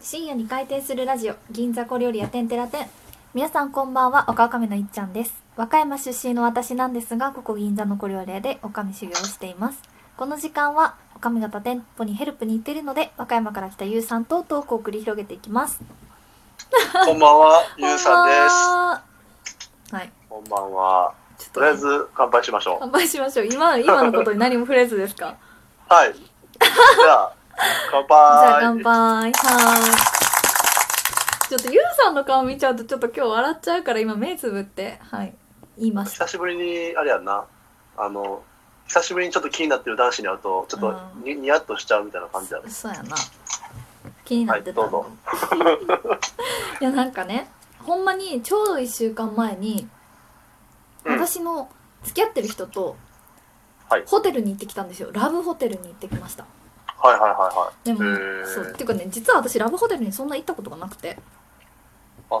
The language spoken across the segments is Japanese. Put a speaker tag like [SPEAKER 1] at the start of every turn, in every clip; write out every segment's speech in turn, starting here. [SPEAKER 1] 深夜に開店するラジオ銀座小料理屋店てら店皆さんこんばんはおかおかめのいっちゃんです和歌山出身の私なんですがここ銀座の小料理屋でおかみ修行をしていますこの時間はおかみ方店舗にヘルプに行っているので和歌山から来たゆうさんとトークを繰り広げていきます
[SPEAKER 2] こんばんは、ゆうさんです。
[SPEAKER 1] すはい
[SPEAKER 2] こんばんは。
[SPEAKER 1] ちょっ
[SPEAKER 2] とりあえず乾杯しましょう。
[SPEAKER 1] 乾杯しましょう今今のことに何も触れずですか
[SPEAKER 2] はい。じゃあ、乾
[SPEAKER 1] じゃあ乾
[SPEAKER 2] 杯。
[SPEAKER 1] 杯はーいちょっとゆうさんの顔見ちゃうとちょっと今日笑っちゃうから今目つぶってはい言いました
[SPEAKER 2] 久しぶりに、あれやんな。あの、久しぶりにちょっと気になってる男子に会うと、ちょっと
[SPEAKER 1] うん
[SPEAKER 2] に、にやっとしちゃうみたいな感じだね。
[SPEAKER 1] そうやな気になってた、
[SPEAKER 2] はいどうぞ
[SPEAKER 1] いやなんかねほんまにちょうど1週間前に、
[SPEAKER 2] うん
[SPEAKER 1] 私の付き合ってる人と、
[SPEAKER 2] はい
[SPEAKER 1] ホテルに行ってきたんですよラブホテルに行ってきました
[SPEAKER 2] はいはいは
[SPEAKER 1] でも
[SPEAKER 2] へー
[SPEAKER 1] そうっていうかね実は私ラブホテルにそんな行ったことがなくて
[SPEAKER 2] いはい。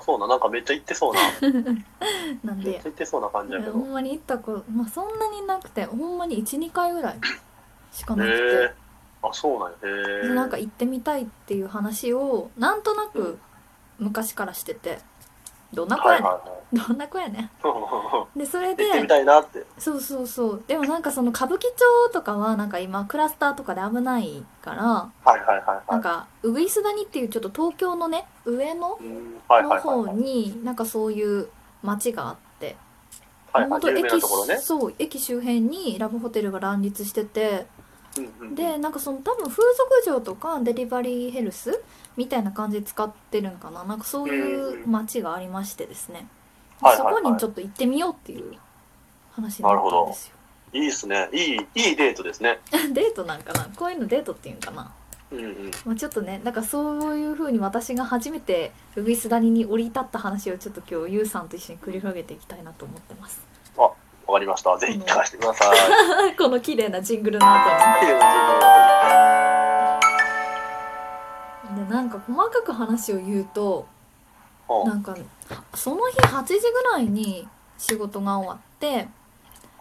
[SPEAKER 2] あ、そうな。なんかめっちゃ行ってそうな。
[SPEAKER 1] なんで
[SPEAKER 2] めっちゃ行ってそうな感じやけ
[SPEAKER 1] ほ
[SPEAKER 2] ど。
[SPEAKER 1] んまに行ったこと、まあ、そんなになくてほんまに12回ぐらいしかなくて、
[SPEAKER 2] へえ。あ、そうなんや。へ
[SPEAKER 1] で
[SPEAKER 2] え。
[SPEAKER 1] なんか行ってみたいっていう話をなんとなく昔からしててどんな子
[SPEAKER 2] は
[SPEAKER 1] や
[SPEAKER 2] い
[SPEAKER 1] ねん、
[SPEAKER 2] は
[SPEAKER 1] どんな子やね
[SPEAKER 2] いは
[SPEAKER 1] んでそれ
[SPEAKER 2] い。行ってみ
[SPEAKER 1] で
[SPEAKER 2] たいなって。
[SPEAKER 1] そうそうそうでもなんかその歌舞伎町とかはなんか今クラスターとかで危ないから
[SPEAKER 2] はいはいはい
[SPEAKER 1] なん
[SPEAKER 2] は
[SPEAKER 1] か鶯谷っていうちょっと東京のね上野
[SPEAKER 2] い。うんはいはい
[SPEAKER 1] の
[SPEAKER 2] はい
[SPEAKER 1] 方
[SPEAKER 2] はい。
[SPEAKER 1] になんかそういう街があって
[SPEAKER 2] はい
[SPEAKER 1] 本
[SPEAKER 2] は
[SPEAKER 1] 当
[SPEAKER 2] い。有名なところ
[SPEAKER 1] 駅
[SPEAKER 2] ね。
[SPEAKER 1] そう駅周辺にラブホテルが乱立してて
[SPEAKER 2] うんうんうん、
[SPEAKER 1] でなんかその多分風俗嬢とかデリバリーヘルスみたいな感じで使ってるんかななんかそういう街がありましてですね、
[SPEAKER 2] はい
[SPEAKER 1] そ
[SPEAKER 2] はいはい
[SPEAKER 1] こにちょっと行ってみようっていう話になったんですよ
[SPEAKER 2] いいですね。いい、いいデートですね。
[SPEAKER 1] デートなんかなこういうのデートっていうんかな、
[SPEAKER 2] うんうん。
[SPEAKER 1] まあ、ちょっとねなんかそういう風に私が初めてス谷に降り立った話をちょっと今日ゆうさんと一緒に繰り広げていきたいなと思ってます
[SPEAKER 2] わかりました。ぜひ聞かせてください。
[SPEAKER 1] この綺麗なジングルの後に。でなんか細かく話を言うと
[SPEAKER 2] うん
[SPEAKER 1] なんかその日8時ぐらいに仕事が終わって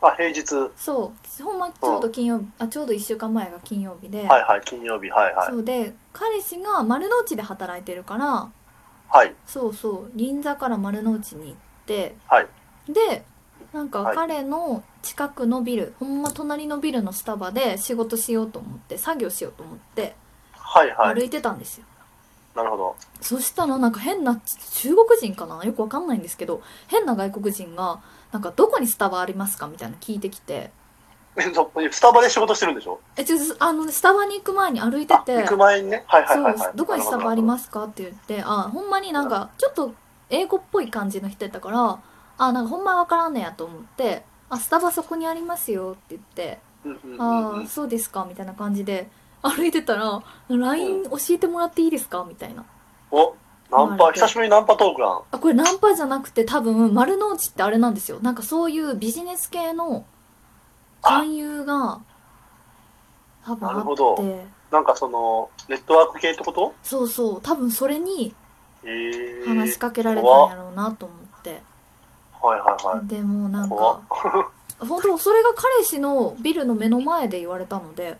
[SPEAKER 2] あ、平日。は
[SPEAKER 1] そうほんまちょうど金曜日あちょうど1週間前が金曜日で、
[SPEAKER 2] いはい、金曜日。はいはい。
[SPEAKER 1] そうで彼氏が丸の内で働いてるから
[SPEAKER 2] はい。
[SPEAKER 1] そうそう銀座から丸の内に行って、
[SPEAKER 2] はい
[SPEAKER 1] でなんか
[SPEAKER 2] はい
[SPEAKER 1] 彼の近くのビル、ほんま隣のビルのスタバで仕事しようと思って作業しようと思って
[SPEAKER 2] はいはい。
[SPEAKER 1] 歩いてたんですよ。
[SPEAKER 2] なるほど。
[SPEAKER 1] そしたらなんか変な中国人かなよくわかんないんですけど変な外国人がなんかどこにスタバありますかみたいなの聞いてきて
[SPEAKER 2] えっとスタバで仕事してるんでしょ
[SPEAKER 1] えちょあのねスタバに行く前に歩いて
[SPEAKER 2] あ、
[SPEAKER 1] て
[SPEAKER 2] 行く前にね。はいはいはい
[SPEAKER 1] そ
[SPEAKER 2] は
[SPEAKER 1] う
[SPEAKER 2] い。
[SPEAKER 1] どこにスタバありますすかって言ってあほんまになんかちょっと英語っぽい感じの人やったからあなんかほんまわからんねやと思ってあスタバそこにありますよって言って
[SPEAKER 2] うんうんうんう
[SPEAKER 1] ああ
[SPEAKER 2] ん。
[SPEAKER 1] そうですかみたいな感じで歩いてたら LINE 教えてもらっていいですかみたいな
[SPEAKER 2] お、ナンパ、久しぶりにナンパトークなん。
[SPEAKER 1] あこれナンパじゃなくて多分丸の内ってあれなんですよなんかそういうビジネス系の勧誘が多分
[SPEAKER 2] なる
[SPEAKER 1] あ
[SPEAKER 2] ほ
[SPEAKER 1] っ
[SPEAKER 2] ど。
[SPEAKER 1] て
[SPEAKER 2] なんかその、ネットワーク系ってこと
[SPEAKER 1] そうそう多分それに
[SPEAKER 2] えー。
[SPEAKER 1] 話しかけられたんやろうなと思って、
[SPEAKER 2] はいはいはい。
[SPEAKER 1] でもなん
[SPEAKER 2] 怖っ
[SPEAKER 1] か 本当それが彼氏のビルの目の前で言われたので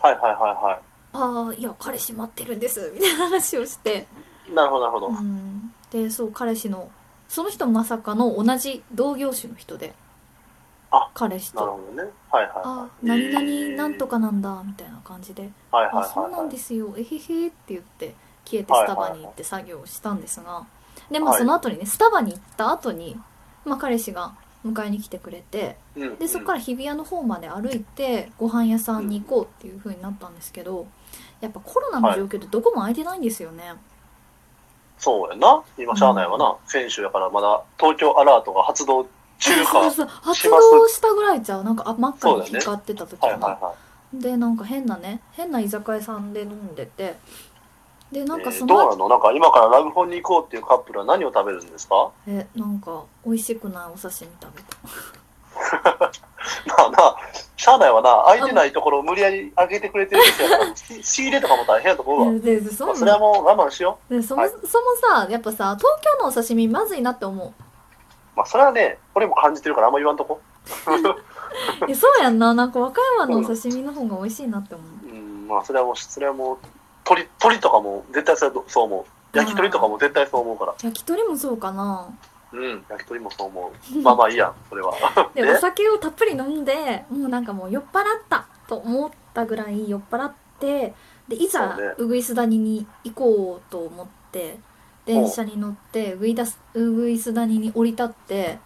[SPEAKER 2] はいはいはいは
[SPEAKER 1] 「ああいや彼氏待ってるんです」みたいな話をして、
[SPEAKER 2] い。なるほどなるほど。
[SPEAKER 1] うん、でそう彼氏のその人もまさかの同じ同業種の人で
[SPEAKER 2] あ
[SPEAKER 1] 彼氏
[SPEAKER 2] な
[SPEAKER 1] と
[SPEAKER 2] る。ほどね。はいはいは
[SPEAKER 1] あ
[SPEAKER 2] い。
[SPEAKER 1] 何々なんと
[SPEAKER 2] か。
[SPEAKER 1] かなんだみたいな感じで
[SPEAKER 2] は
[SPEAKER 1] 「
[SPEAKER 2] いはいはい
[SPEAKER 1] あ
[SPEAKER 2] はい。
[SPEAKER 1] そうなんですよえへへ」って言って消えてスタバに行って作業をしたんですがでまあ
[SPEAKER 2] はい
[SPEAKER 1] その後にねスタバに行った後にまあ彼氏が迎えに来てくれて
[SPEAKER 2] うん。
[SPEAKER 1] でそこから日比谷の方まで歩いてご飯屋さんに行こうっていう風になったんですけどやっぱコロナの状況でどこも空いてないんですよね
[SPEAKER 2] そうやな。今しゃあないわな。選手やからまだ東京アラートが発動中か。
[SPEAKER 1] そう
[SPEAKER 2] は
[SPEAKER 1] そう発動したぐらいじゃうなんかあ真っ赤に光ってた時
[SPEAKER 2] い
[SPEAKER 1] か
[SPEAKER 2] はい
[SPEAKER 1] な
[SPEAKER 2] は
[SPEAKER 1] でなんか変なね変な居酒屋さんで飲んでてで
[SPEAKER 2] い。
[SPEAKER 1] なんか
[SPEAKER 2] えー
[SPEAKER 1] そ
[SPEAKER 2] どう
[SPEAKER 1] の、
[SPEAKER 2] なのなんか今からラブホに行こうっていうカップルは何を食べるんですか
[SPEAKER 1] えなんか美味しくないお刺身食べた
[SPEAKER 2] なあなあ、しゃあないわな。空いてないところを無理やり上げてくれてるんですよ。し仕入れとかも大変やと思うわ。
[SPEAKER 1] でででそ
[SPEAKER 2] まあ
[SPEAKER 1] ん
[SPEAKER 2] それは
[SPEAKER 1] な
[SPEAKER 2] もう我慢しよ
[SPEAKER 1] でそも、
[SPEAKER 2] はい
[SPEAKER 1] そもさやっぱさ東京のお刺身まずいなって思
[SPEAKER 2] う。まあそれはね、俺も感じてるからあんま言わんとこ。
[SPEAKER 1] うえそうやんななんか和歌山のお刺身の方が美味しいなって思う
[SPEAKER 2] うん、まあそれはもう、それはもう、鳥、鳥とかも絶対そうそう思う。焼き鳥とかも絶対そう思うから。
[SPEAKER 1] 焼き鳥もそうかな
[SPEAKER 2] うん、焼き鳥もそう思う。まあまあいいやん、それは。
[SPEAKER 1] で
[SPEAKER 2] ね
[SPEAKER 1] お酒をたっぷり飲んでもうなんかもう酔っ払ったと思ったぐらい酔っ払ってでいざ
[SPEAKER 2] そうね
[SPEAKER 1] ウグイス谷に行こうと思って電車に乗ってウグイダスウグイス谷に降り立って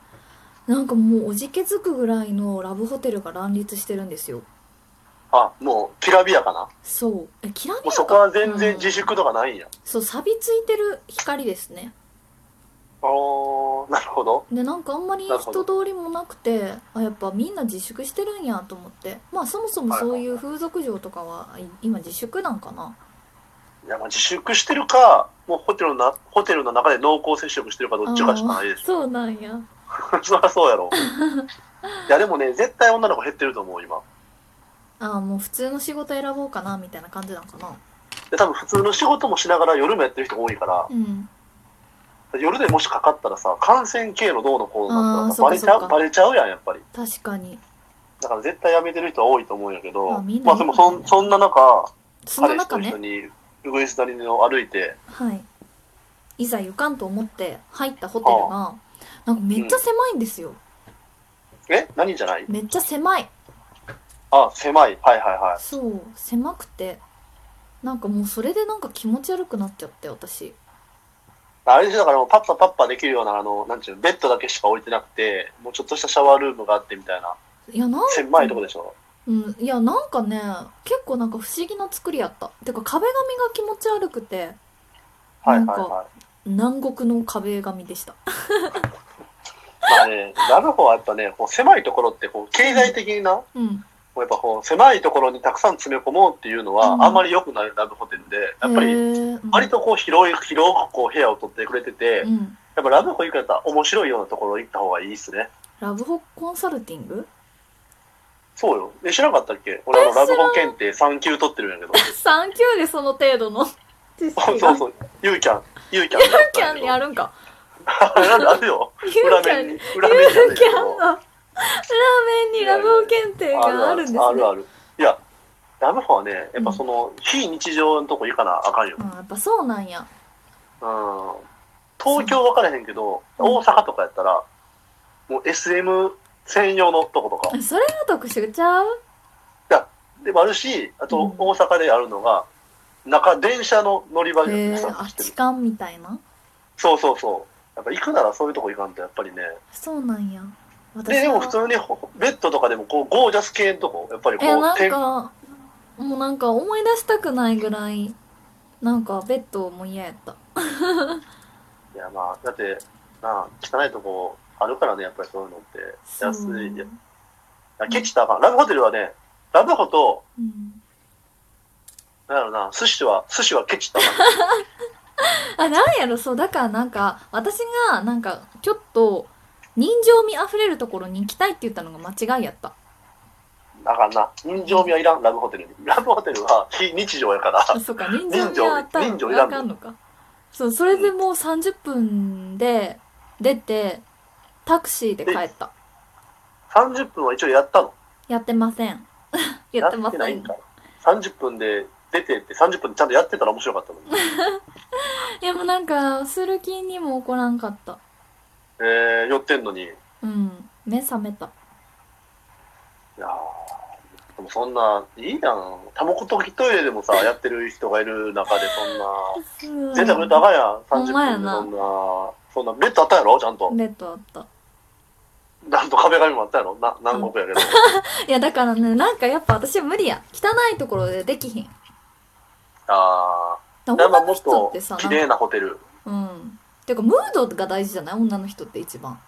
[SPEAKER 1] なんかもうおじけづくぐらいのラブホテルが乱立してるんですよ
[SPEAKER 2] あ、もう、きらびやかな。
[SPEAKER 1] そうえきらび
[SPEAKER 2] もう
[SPEAKER 1] や
[SPEAKER 2] そこ
[SPEAKER 1] か
[SPEAKER 2] は全然自粛とかないんや。
[SPEAKER 1] そう錆びついてる光ですね
[SPEAKER 2] あー、なるほど。
[SPEAKER 1] でなんかあんまり
[SPEAKER 2] なるほ
[SPEAKER 1] 人
[SPEAKER 2] ど
[SPEAKER 1] 通りもなくてあやっぱみんな自粛してるんやと思ってまあそもそもそういう風俗嬢とかはい今自粛なんかない
[SPEAKER 2] や、まあ自粛してるか、もうホテルのな、ホテルの中で濃厚接触してるかどっちかしかないで
[SPEAKER 1] あー
[SPEAKER 2] しょ。
[SPEAKER 1] そうなんや
[SPEAKER 2] そりゃそう やろ。いや、でもね、絶対女の子減ってると思う、今。
[SPEAKER 1] あーもう普通の仕事選ぼうかなみたいな感じなんかな
[SPEAKER 2] で、多分普通の仕事もしながら夜もやってる人多いから、
[SPEAKER 1] うん
[SPEAKER 2] 夜でもしかかったらさ、感染経路どうのこうのなった
[SPEAKER 1] あー
[SPEAKER 2] らさバレちゃ、
[SPEAKER 1] そうっかそっか
[SPEAKER 2] バレちゃうやん、やっぱり。
[SPEAKER 1] 確かに
[SPEAKER 2] だから絶対やめてる人は多いと思うんやけ
[SPEAKER 1] あ
[SPEAKER 2] ど、
[SPEAKER 1] みんな
[SPEAKER 2] まあでもそんそんな中、
[SPEAKER 1] その
[SPEAKER 2] 彼氏
[SPEAKER 1] 中
[SPEAKER 2] と一
[SPEAKER 1] ね
[SPEAKER 2] 緒にウグイス谷を歩いて、
[SPEAKER 1] はいいざ行かんと思って入ったホテルがなんかめっちゃ狭いんですよ、
[SPEAKER 2] え何じゃない
[SPEAKER 1] めっちゃ狭い
[SPEAKER 2] あ、狭い。はいはいは
[SPEAKER 1] そう狭くてなんかもうそれでなんか気持ち悪くなっちゃって私
[SPEAKER 2] い。あれでしょだからもうパッパパッパできるような、あの、なんちゅうの、ベッドだけしか置いてなくて、もうちょっとしたシャワールームがあってみたいな、
[SPEAKER 1] いやなんか
[SPEAKER 2] 狭いとこでしょ。
[SPEAKER 1] うん、いやなんかね結構なんか不思議な作りやったてか壁紙が気持ち悪くて
[SPEAKER 2] はいはい
[SPEAKER 1] なんか
[SPEAKER 2] はい。
[SPEAKER 1] 南国の壁紙でした
[SPEAKER 2] まあね、ラブホはやっぱね、こう狭いところって、こう、経済的にな、
[SPEAKER 1] うん
[SPEAKER 2] こうやっぱこう、狭いところにたくさん詰め込もうっていうのは、
[SPEAKER 1] うん
[SPEAKER 2] あんまり良くないラブホテルで、やっぱ
[SPEAKER 1] へ
[SPEAKER 2] り、
[SPEAKER 1] ーうん
[SPEAKER 2] 割とこう、広い、広くこう、部屋を取ってくれてて、
[SPEAKER 1] うん
[SPEAKER 2] やっぱラブホ行くんやったら面白いようなところ行った方がいいっすね。
[SPEAKER 1] ラブホコンサルティング
[SPEAKER 2] そうよ。え、知らなかったっけ俺あの、ラブホ検定3級取ってるんやけど。
[SPEAKER 1] 3級でその程度の知識が
[SPEAKER 2] そうそうそう。ゆうきゃん。ゆうきゃんにあっ
[SPEAKER 1] キャ
[SPEAKER 2] た
[SPEAKER 1] ン
[SPEAKER 2] んやけど。
[SPEAKER 1] にあるんか
[SPEAKER 2] なんであるよ。
[SPEAKER 1] ユー
[SPEAKER 2] 裏
[SPEAKER 1] キャ
[SPEAKER 2] 面
[SPEAKER 1] ン
[SPEAKER 2] に
[SPEAKER 1] に。
[SPEAKER 2] 裏面にあるんや
[SPEAKER 1] キ
[SPEAKER 2] け
[SPEAKER 1] ャン
[SPEAKER 2] ど
[SPEAKER 1] のラーメンにラブホ検定があるんですね
[SPEAKER 2] あるある。いや、ラブホはね、やっぱその、非日常のとこ行かなあかんよ。
[SPEAKER 1] うんやっぱそうなんや
[SPEAKER 2] うん。東京分からへんけど、大阪とかやったら、もう SM 専用のとことか。
[SPEAKER 1] それは特殊ちゃう
[SPEAKER 2] でもあるし、あ
[SPEAKER 1] うん
[SPEAKER 2] と大阪であるのが、中、電車の乗り場
[SPEAKER 1] へ
[SPEAKER 2] で
[SPEAKER 1] え
[SPEAKER 2] さ
[SPEAKER 1] あ、痴漢みたいな
[SPEAKER 2] そうそうそう。やっぱ行くならそういうとこ行かんと、やっぱりね。
[SPEAKER 1] そうなんや
[SPEAKER 2] で、でも普
[SPEAKER 1] は
[SPEAKER 2] 通にほベッドとかでもこう、ゴージャス系のとこ、やっぱりこ
[SPEAKER 1] えな
[SPEAKER 2] う、
[SPEAKER 1] ん
[SPEAKER 2] 天
[SPEAKER 1] かもうなんか思い出したくないぐらいなんかベッドも嫌やった
[SPEAKER 2] いやまあ、だって、なあ、汚いとこあるからね、やっぱりそういうのって。安い。いや、ケチったらあかん。ラブホテルはね、ラブホと、
[SPEAKER 1] うん、
[SPEAKER 2] なんやろな、寿司は、寿司はケチったらあか
[SPEAKER 1] あなんやろそうだからなんか私がなんかちょっと人情味あふれるところに行きたいって言ったのが間違いやった
[SPEAKER 2] ん。あかんな。人情味はいらん、ラブホテルに。ラブホテルは非日常やから。
[SPEAKER 1] あそうか人情味はあった
[SPEAKER 2] 人情
[SPEAKER 1] ら
[SPEAKER 2] いら
[SPEAKER 1] あ
[SPEAKER 2] ん
[SPEAKER 1] かんのかそうそれでもう30分で出てタクシーで帰った
[SPEAKER 2] 30分は一応やったの。
[SPEAKER 1] やってません やってませ
[SPEAKER 2] やない
[SPEAKER 1] ん
[SPEAKER 2] んか。30分で出てって30分ちゃんとやってたら面白かったのに。
[SPEAKER 1] いやもうなんかする気にも起こらんかった
[SPEAKER 2] えー、寄ってんのに。い
[SPEAKER 1] うん目覚めた
[SPEAKER 2] やーでもそんな、いいやん。タモコときトイレでもさ、やってる人がいる中でそんな。出たくれたらあか
[SPEAKER 1] ほ
[SPEAKER 2] んやん。30
[SPEAKER 1] んまや
[SPEAKER 2] 分で
[SPEAKER 1] な
[SPEAKER 2] そんな。そんな、ベッドあったやろちゃんと。
[SPEAKER 1] ベッドあった
[SPEAKER 2] なんと壁紙もあったやろな南国やけど。
[SPEAKER 1] いやだからねなんかやっぱ私は無理や汚いところでできひん
[SPEAKER 2] ああ。やっ
[SPEAKER 1] 女
[SPEAKER 2] ぱ
[SPEAKER 1] の
[SPEAKER 2] もっ
[SPEAKER 1] 人っ
[SPEAKER 2] と
[SPEAKER 1] てさ
[SPEAKER 2] 綺
[SPEAKER 1] なん
[SPEAKER 2] 麗
[SPEAKER 1] か
[SPEAKER 2] なホテル。
[SPEAKER 1] うんてかムードが大事じゃない女の人って一番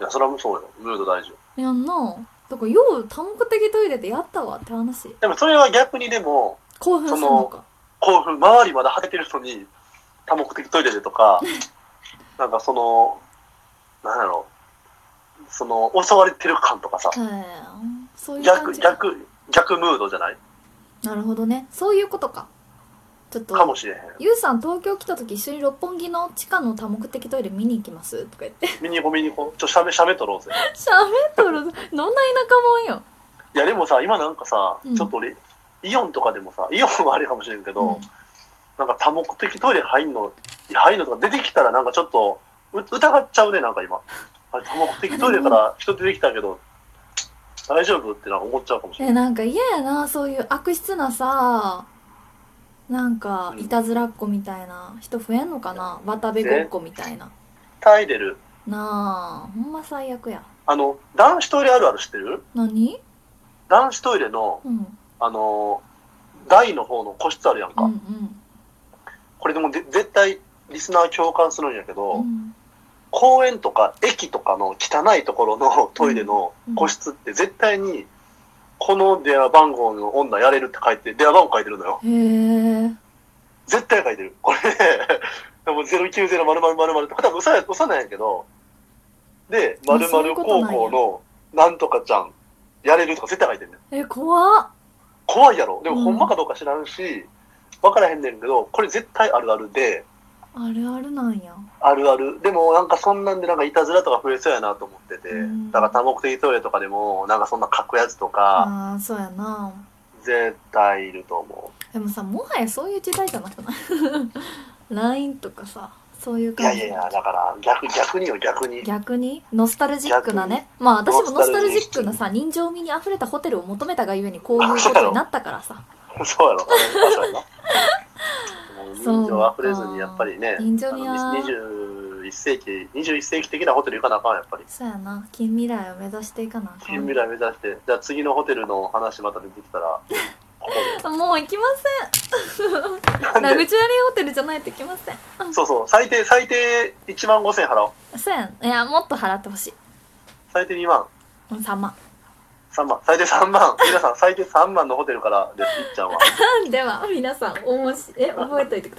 [SPEAKER 2] いや、それはそうよ。ムード大事。
[SPEAKER 1] いやんなだからよう多目的トイレでやったわって話
[SPEAKER 2] でもそれは逆にでも、
[SPEAKER 1] 興奮するのか
[SPEAKER 2] 興奮、周りまだ晴れてる人に、多目的トイレで とか、なんかその、なんやろ、その、襲われてる感とかさ、
[SPEAKER 1] へえそういう感
[SPEAKER 2] 逆、
[SPEAKER 1] じか
[SPEAKER 2] 逆、逆ムードじゃない
[SPEAKER 1] なるほどねそういうことかちょっと
[SPEAKER 2] かもしれへん。
[SPEAKER 1] ゆうさん東京来た時一緒に六本木の地下の多目的トイレ見に行きますとか言って
[SPEAKER 2] ミニコミニコ、ちょ、しゃべ、しゃべとろうぜ。
[SPEAKER 1] 喋っとるどんな田舎もんよ
[SPEAKER 2] いや、でもさ、今なんかさ、
[SPEAKER 1] うん
[SPEAKER 2] ちょっと俺、イオンとかでもさ、イオンはあれかもしれんけど、
[SPEAKER 1] うん
[SPEAKER 2] なんか多目的トイレ入んの、入んのとか出てきたらなんかちょっと、う疑っちゃうね、なんか今。あれ多目的トイレから人出てきたけど、大丈夫ってなんか思っちゃうかもしれ
[SPEAKER 1] え
[SPEAKER 2] ない。
[SPEAKER 1] なんか嫌やなそういう悪質なさなんか
[SPEAKER 2] うん
[SPEAKER 1] いたずらっ子みたいな人増えんのかな渡部ごっこみたいな
[SPEAKER 2] タイデル、
[SPEAKER 1] なあほんま最悪や
[SPEAKER 2] あの、男子トイレあるある知ってる
[SPEAKER 1] 何
[SPEAKER 2] 男子トイレの、
[SPEAKER 1] うん
[SPEAKER 2] あのー台の方の個室あるやんか。
[SPEAKER 1] うんうん
[SPEAKER 2] これでもで絶対リスナー共感するんやけど、
[SPEAKER 1] うん
[SPEAKER 2] 公園とか駅とかの汚いところのトイレの個室って絶対にこの電話番号の女やれるって書いて、電話番号書いてるのよ。
[SPEAKER 1] へえ
[SPEAKER 2] 絶対書いてる。これ、ね、でも090〇〇〇〇って、これ多分嘘や嘘なんやけど、で、
[SPEAKER 1] あ
[SPEAKER 2] 〇
[SPEAKER 1] そういう
[SPEAKER 2] 〇
[SPEAKER 1] こと
[SPEAKER 2] 高
[SPEAKER 1] なんや
[SPEAKER 2] 校のなんとかちゃんやれるとか絶対書いてるねん
[SPEAKER 1] え怖っ
[SPEAKER 2] 怖いやろ。でも
[SPEAKER 1] うん
[SPEAKER 2] ほんまかどうか知らんし、わからへんねんけど、これ絶対あるあるで、
[SPEAKER 1] あるあるなんや
[SPEAKER 2] あるある。でもなんかそんなんでなんかいたずらとか増えそうやなと思ってて
[SPEAKER 1] うん、
[SPEAKER 2] だから多目的トイレとかでもなんかそんな書くやつとか、
[SPEAKER 1] ああーそうやな
[SPEAKER 2] 絶対いると思
[SPEAKER 1] でもさもはやそういう時代じゃなくない LINE とかさそういう
[SPEAKER 2] う。いや
[SPEAKER 1] 感
[SPEAKER 2] い
[SPEAKER 1] じ
[SPEAKER 2] やいや、だから逆、逆によ、逆に。
[SPEAKER 1] 逆にノスタルジックなねまあ私もノ
[SPEAKER 2] ノ
[SPEAKER 1] ス
[SPEAKER 2] ス
[SPEAKER 1] タ
[SPEAKER 2] タ
[SPEAKER 1] ル
[SPEAKER 2] ル
[SPEAKER 1] ジ
[SPEAKER 2] ジッ
[SPEAKER 1] ッ
[SPEAKER 2] ク
[SPEAKER 1] クなさ人情味にあふれたホテルを求めたがゆえにこういうことになったからさ
[SPEAKER 2] そうやろ。そうやろ。もう人情溢れずにやっぱりね、
[SPEAKER 1] 人情味は
[SPEAKER 2] 21世紀、21世紀的なホテル行かなあかん、やっぱり。
[SPEAKER 1] そうやな近未来を目指していかなあかん
[SPEAKER 2] 近未来目指して、じゃあ次のホテルの話また出てきたら、こ
[SPEAKER 1] もう行きま
[SPEAKER 2] こ
[SPEAKER 1] せん
[SPEAKER 2] で
[SPEAKER 1] ラ
[SPEAKER 2] なん
[SPEAKER 1] グ
[SPEAKER 2] で
[SPEAKER 1] ジュアリーホテルじゃないと行きません
[SPEAKER 2] そうそう、最低、最低1万5千払おう。
[SPEAKER 1] そうやんいやもっと払ってほしい
[SPEAKER 2] 最低2万。
[SPEAKER 1] うん3万
[SPEAKER 2] 3万、最低3万、皆さん最低3万のホテルからです、いっちゃんは。
[SPEAKER 1] では皆さんおもしえ覚えておいてください